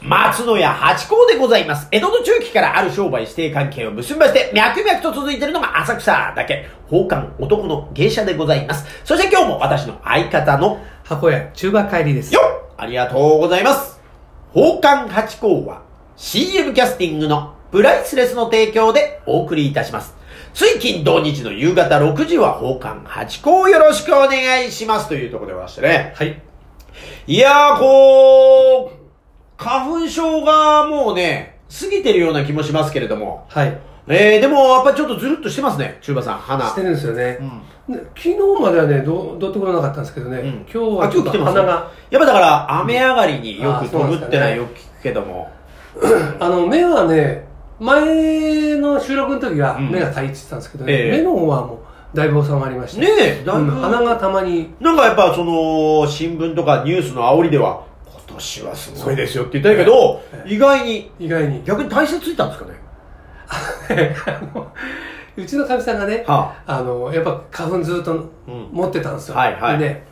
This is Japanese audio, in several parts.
松野屋八甲でございます。江戸の中期からある商売指定関係を結びまして、脈々と続いているのが浅草だけ、宝冠男の芸者でございます。そして今日も私の相方の、箱屋中馬帰りですよっありがとうございます。宝冠八甲は CM キャスティングのプライスレスの提供でお送りいたします。つい近土日の夕方6時は宝冠八甲をよろしくお願いしますというところでございましてね。はいいやー、こう、花粉症がもうね、過ぎてるような気もしますけれども。はいえー、でもやっぱりちょっとずるっとしてますね、中馬さん、鼻。してるんですよね、うんで昨日まではねどうどうってことなかったんですけどね、うん今日はあちょっと来てます鼻がやっぱだから、雨上がりによあくーそうなん飛ぶですっかねてのはよく聞くけども。あの目はね前の収録の時は目がかいってたんですけどね、ええ目の方はもうだいぶ収まりましたねえ、だいうんぶ、鼻がたまになんかやっぱその、新聞とかニュースの煽りでは、今年はすごいですよって言ったけど、意外に、意 外に逆に体勢ついたんですかね。あのうちのかみさんがね、はあのやっぱ花粉ずっとうん持ってたんですよ、はいはいでね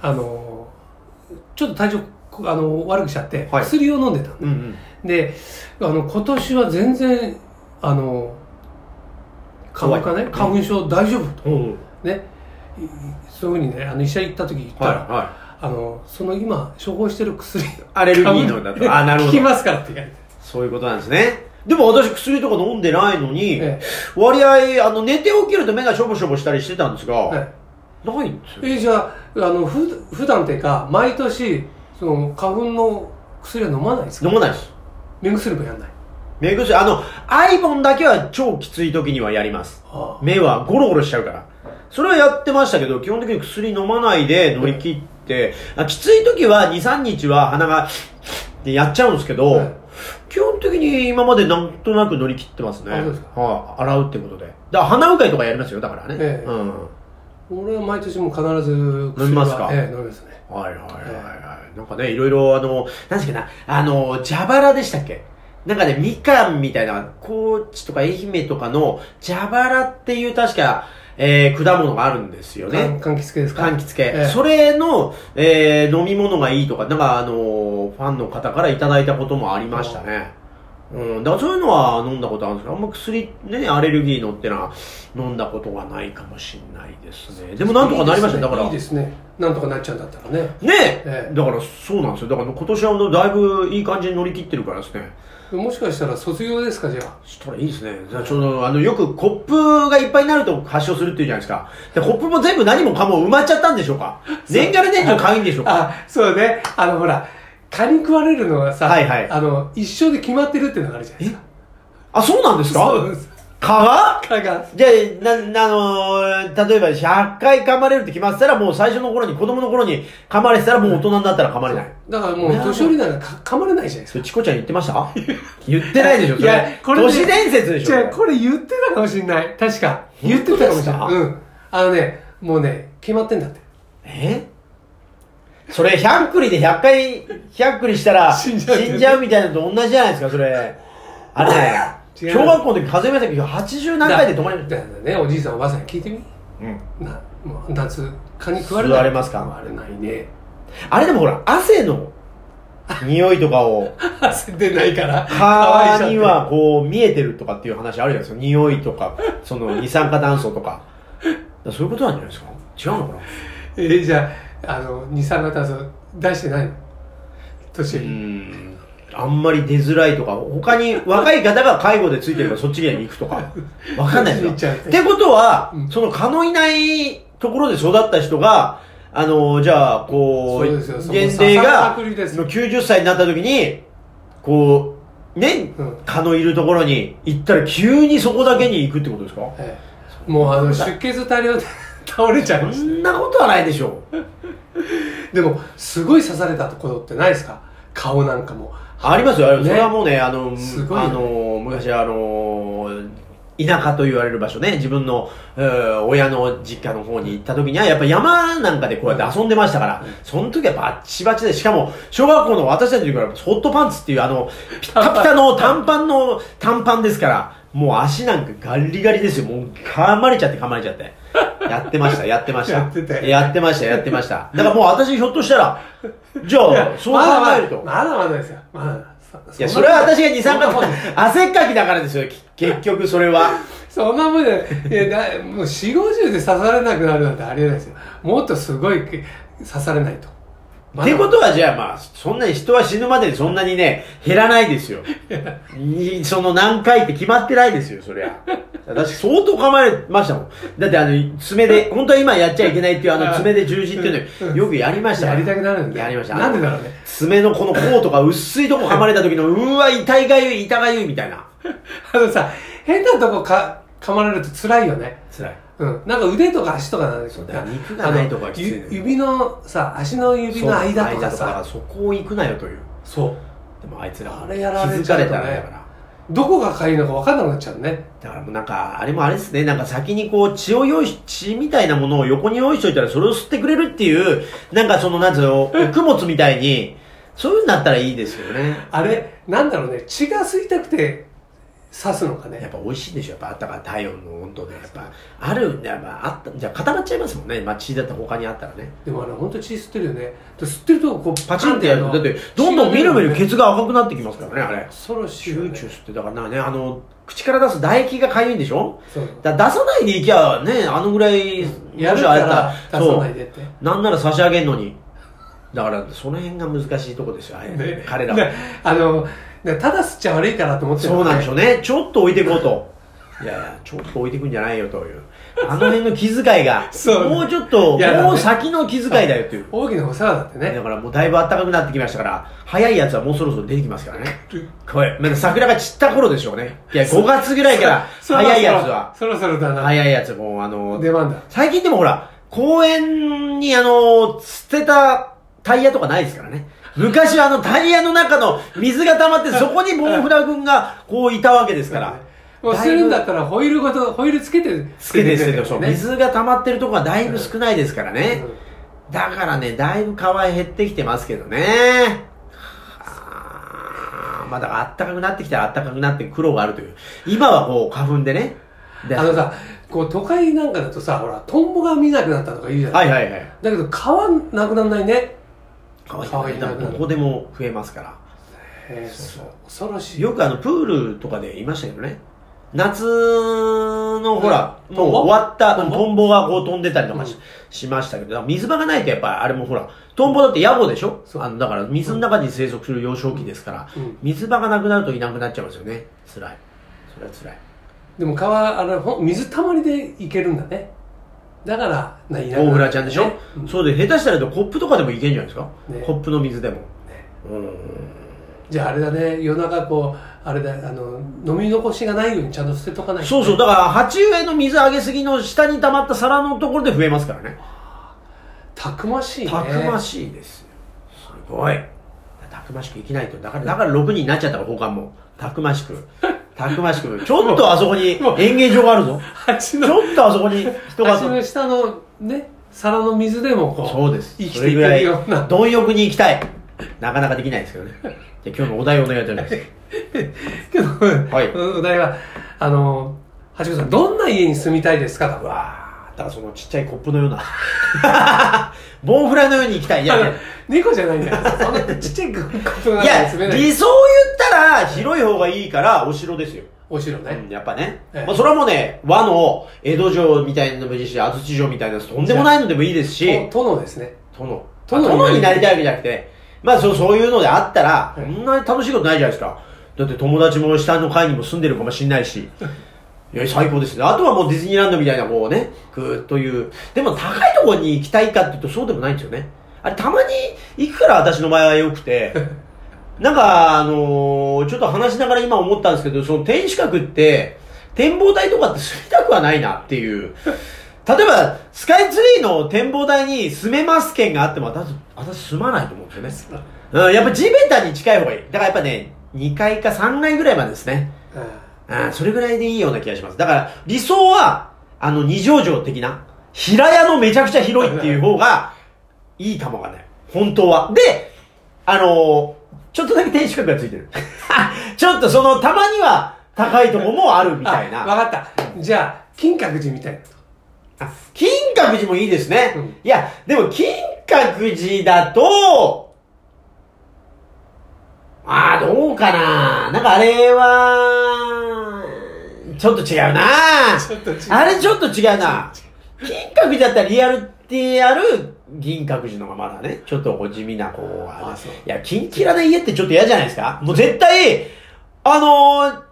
あのちょっと体調こあの悪くしちゃって、はい薬を飲んでたんでうんうん。であの今年は全然あの花粉かね怖い花粉症大丈夫と、うん。ねいそういうふうにねあの医者行った時言ったはい、ら、はあのその今処方してる薬い。アレルギーのだ花粉と。あ、なるほ効きど。ますからって言われてそういうことなんですね。でも私薬とか飲んでないのに、ええ割合、あの、寝て起きると目がしょぼしょぼしたりしてたんですが、はいないんですよ。えじゃああのふ普段っていうか毎年その花粉の薬は飲まないですか飲まないです。目薬もやんない目薬、あの、アイボンだけは超きつい時にはやります。あ目はゴロゴロしちゃうから。それはやってましたけど、基本的に薬飲まないで乗り切って、あきつい時は2、3日は鼻が、でやっちゃうんですけど、はい基本的に今までなんとなく乗り切ってますね。あそうですかはい、洗うってことで。だから鼻うがいとかやりますよ、だからね。ええうん。俺は毎年もう必ず薬は飲みますかええ飲みますねはいはいはいはい。なんかね、いろいろあの、何ですかな、あの、蛇腹でしたっけなんかね、みかんみたいな、高知とか愛媛とかの蛇腹っていう確か、えー、果物があるんですよね。かん柑橘系ですか柑橘系、ええそれの、えー、飲み物がいいとか、なんかあのーファンの方からいただいたこともありましたね。うん、だからそういうのは飲んだことあるんですけど、あんま薬、ね、アレルギーのってのは飲んだことがないかもしれないですね。でもなんとかなりましたよ、だから。いいですね。なんとかなっちゃうんだったらね。ねえええだからそうなんですよだから今年はだいぶいい感じに乗り切ってるからですねもしかしたら卒業ですか、じゃあ。したらいいですねじゃあちょうどあのよくコップがいっぱいになると発症するっていうじゃないですかでコップも全部何もかも埋まっちゃったんでしょうか年がら年中買うんでしょうかあ、そうね。あの、ほら、蚊に食われるのがさ、はいはいあの、一生で決まってるっていうのがあるじゃないですか。あそうなんですそうかです。蚊が蚊が。じゃあ、な、なあのー例えば100回噛まれるって決まってたら、もう最初の頃に、子供の頃に噛まれてたら、もう大人になったら噛まれない。だからもう、年寄りならか噛まれないじゃないでそすか。れ、チコちゃん言ってました 言ってないでしょ、それ。いやこれね都市伝説でしょ。じゃあ、これこれ言ってたかもしれない。確か。言ってたかもしれな本い。当うん。あのね、もうね、決まってんだって。えそれ、100繰りで100回、100繰りしたら、死死んじゃう死んじゃうみたいなのと同じじゃないですか、それ。あれ違ね、う小学校の時、風邪めた時、80何回で止まれだる。だからね、おじいさんおばあさんに聞いてみ。うん。な、もう、夏、蚊に食われない。吸われますか食われないね。 あれでもほら、汗の匂いとか を、汗出ないから。蚊いにはこう見えてるとかっていう話あるじゃないですか。匂いとか、その二酸化炭素とか。だからそういうことなんじゃないですか違うのかなえー、じゃあ、あの、二酸化炭素出してないの年う寄り。ん。あんまり出づらいとか、他に若い方が介護でついてればそっちには行くとか、わかんないですよ。そっっちに行っちゃうてことは、うんその蚊のいないところで育った人が、あのじゃあ、こう、そうですよその年齢が、刺さる確率ですの90歳になった時に、こう、ね、うん蚊のいるところに行ったら急にそこだけに行くってことですかええもう、あの、出血大量で 倒れちゃいまそす。んなことはないでしょう。でも、すごい刺されたところってないですか顔なんかも。ありますよ、ありますねそれはもうね、あの、すごいよあねの、昔あの、田舎と言われる場所ね、自分の、えー親の実家の方に行った時には、やっぱ山なんかでこうやって遊んでましたから、その時はバッチバチで、しかも、小学校の私たちの時から、ホットパンツっていうあの、ピタピタ の短パンの短パンですから、もう足なんかガリガリですよ。もう噛まれちゃって噛まれちゃって。やってました、やってました。 やってたよねやってました、やってました。だからもう私ひょっとしたら、じゃ いあや、そう考えると。まだまだまだですよ。まだ。いや、それは私が二酸化そんなもん炭素、汗っかきだからですよ、き結局それは。そんなもんじゃない。いや、だもう四五十で刺されなくなるなんてありえないですよ。もっとすごい刺されないと。っまだていうことはじゃあまあ、そんなに人は死ぬまでにそんなにね、減らないですよ。 にその何回って決まってないですよ、そりゃ。私相当構えましたもん。だってあの、爪で、本当は今やっちゃいけないっていうあの爪で十字っていうのよくやりましたからやりたくなるんだよやりました。なんでだろうね。爪のこの甲とか薄いとこ噛まれた時の、うーわ、痛いがゆい、痛がゆいみたいな。あのさ、変なとこか噛まれると辛いよね。辛い。うん。なんか腕とか足とかなんでしょだから肉がないとこはきついのよあのゆ指のさ、足の指の間とかさ、そう間とかそこを行くなよという。そう。でもあいつら、あれやられちゃうとね気づかれたらだから。どこがかゆいのか分かんなくなっちゃうね。だからもうなんか、あれもあれですね、なんか先にこう血を用意し、血みたいなものを横に用意しといたらそれを吸ってくれるっていう、なんかその、なんつう の、供物みたいに、そういう風になったらいいですよね。あれ、なんだろうね、血が吸いたくて刺すのかやっね。ぱ美味しいんでしょ、やっぱあったかい体温の温度で、やっぱ、あるんで、やっぱあった、じゃあ固まっちゃいますもんね、まあ血だったら他にあったらね。でもあれ、ほんと血吸ってるよね。で吸ってるとこ、こう、パチンってやると、だって、どんどんみるみる血が赤くなってきますからね、あれ。そろしチいュよーねチュー吸って、だからなんかね、あの、口から出す唾液がかゆいんでしょそうだから出さないでいきゃね、あのぐらい、やもるしあかれらだ出そさうないでって。なんなら差し上げんのに。だから、その辺が難しいとこですよ、あれね彼らねは。あの、ねただ吸っちゃ悪いからと思ってるそうなんでしょ。ょうね。ちょっと置いていこうと。いやいや、ちょっと置いていくんじゃないよという。あの辺の気遣いが、 そうもうちょっと、いやだねもう先の気遣いだよという。大きなお世話だってね。だからもうだいぶ暖かくなってきましたから、早いやつはもうそろそろ出てきますからね。これ、まだ桜が散った頃でしょうね。いや、5月ぐらいから、そろそろ早いやつは。そろそろだな。早いやつもう、あの、出番だ。最近でもほら、公園にあの、捨てたタイヤとかないですからね。昔はあのタイヤの中の水が溜まってそこに棒札君がこういたわけですから。もうするんだったらホイールごと、ホイールつけて、つけて捨ててそう。ね水が溜まってるとこがだいぶ少ないですからねう。んだからね、だいぶ川へ減ってきてますけどね。はあまあだからあったかくなってきたらあったかくなって苦労があるという。今はこう花粉でね。であのさ、こう都会なんかだとさ、ほら、トンボが見なくなったとか言うじゃない、はいはいはい。だけど、川なくならないね。可愛いな。可愛いなどこでも増えますから。へえ、そう。恐ろしい。よくあのプールとかでいましたけどね夏のほら、うんもうトンボ終わったトンボトンボがこう飛んでたりとかし,、うんましたけどだから水場がないとやっぱあれもほらトンボだって野暮でしょそうあのだから水の中に生息する幼少期ですから、うん水場がなくなるといなくなっちゃいますよね辛いそれは辛いでも川、あれ、ほん水たまりで行けるんだね。だから、な、いなくな大る浦ちゃんでしょ、ねうんそうで下手したらコップとかでもいけんじゃないですか、ねコップの水でも、うんじゃああれだね、夜中こう、あれだ、あの、飲み残しがないようにちゃんと捨てとかないとそうそうだから鉢植えの水あげすぎの下に溜まった皿のところで増えますからねたくましいね。たくま しい。しいですよすごいたくましく生きないとだからだから6人になっちゃったから他もたくまし くたくましくちょっとあそこに演芸場があるぞ 蜂ちの、ょっとあそこに人が蜂の下のね、皿の水でもこう、そうです生きそてれいぐけらるいような。貪欲に行きたいなかなかできないですけどねじゃあ今日のお題をお願いいたし ますけど、はいうんお題は、あの、はちこさん、どんな家に住みたいですかうわーだからそのちっちゃいコップのような ボンフラのように行きたいい やいや猫じゃないんだよ。そんなちっちゃいこといなんてやない。理想を言ったら広い方がいいからお城ですよお城うんね。やっぱね、ええまあ、それはもうね、和の江戸城みたいなのもいいし、安土城みたいなのとんでもないのでもいいですし、と殿ですね。殿。殿殿になになりりたいわけじゃなくて、まあそうそういうのであったら、ええそんなに楽しいことないじゃないですか。だって友達も下の階にも住んでるかもしれない し。いや、最高ですね。あとはもうディズニーランドみたいな、こうね、ぐーっという。でも高いところに行きたいかっていうとそうでもないんですよね。あれ、たまに行くから私の場合は良く て。なんか、あのーちょっと話しながら今思ったんですけど、その天守閣って、展望台とかって住みたくはないなっていう。例えば、スカイツリーの展望台に住めます県があっても、私、私住まないと思うんですよね。うん、やっぱ地べたに近い方がいい。だからやっぱね、2階か3階ぐらいまでですね。うん、それぐらいでいいような気がします。だから、理想は、あの、二条城的な、平屋のめちゃくちゃ広いっていう方が、いいかもがね。本当は。で、あのーちょっとだけ天守閣がついてる。 ちょっとその、たまには、高いとこもあるみたいな。あわかった。じゃあ、金閣寺みたいな。金閣寺もいいですね。うんいや、でも金閣寺だと、ああ、どうかな。なんかあれは、ちょっと違うな。ちょっと違うあれちょっと違うな。金閣寺だったらリアルってある銀閣寺のがまだね、ちょっとこう地味なこう、あれあそういや、金切らない家ってちょっと嫌じゃないですかもう絶対、あのー、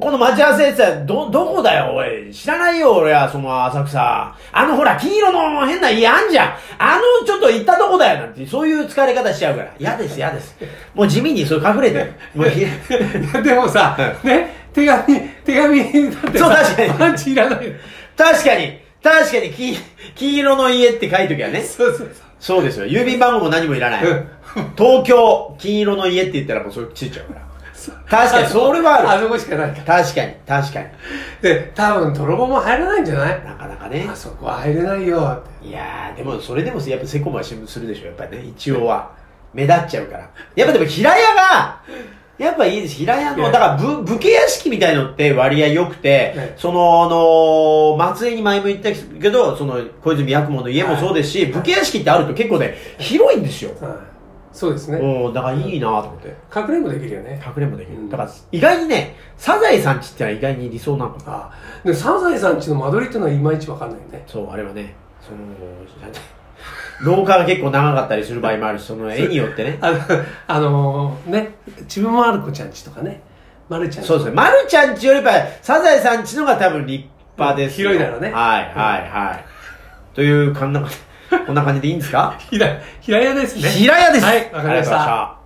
この待ち合わせってさ、ど、どこだよ、おい。知らないよ、俺は、その浅草。あの、ほら、黄色の変な家あんじゃん。あの、ちょっと行ったとこだよ、なんて、そういう疲れ方しちゃうから。嫌です、嫌です。もう地味に、それ隠れて。も うひでもさ、ね、手紙、手紙だってさ そう確かにパンチいらないよ。確かに、確かに、黄、黄色の家って書いときはね。そうそうそう。そうですよ。郵便番号も何もいらないうん。東京、金色の家って言ったらもうそれついちゃうから。確かに、それはあある。そこしかないから。確かに、確かに。で、多分泥棒も入らないんじゃないなかなかねあ。そこは入れないよって。いやー、でもそれでもやっぱセコムはするでしょ、やっぱりね。一応は。目立っちゃうから。やっぱでも平屋が、やっぱいいです。平屋の、だからぶ武家屋敷みたいのって割合良くて、はいその、あのー松江に前も言ったけど、その、小泉八雲の家もそうですし、武家屋敷ってあると結構ね、広いんですよ。はいそうですね。うん、だからいいなと思って。隠れもできるよね。隠れもできうる。んだから、意外にね、サザエさんちってのは意外に理想なのかな。あで、サザエさんちの間取りってのはいまいちわかんないよね。そう、あれはね、その、廊下が結構長かったりする場合もあるし、その絵によってね。あの、あのね、ちびまる子ちゃんちとかね、まるちゃんそうですね。まるちゃんちよりやっぱ、サザエさんちのが多分立派ですよ。広いだろうねはい、はい、はい。という、こんな、こんな感じでいいんですか ひら、ひらやですね。平屋です。はい、わかりました。あがとうござい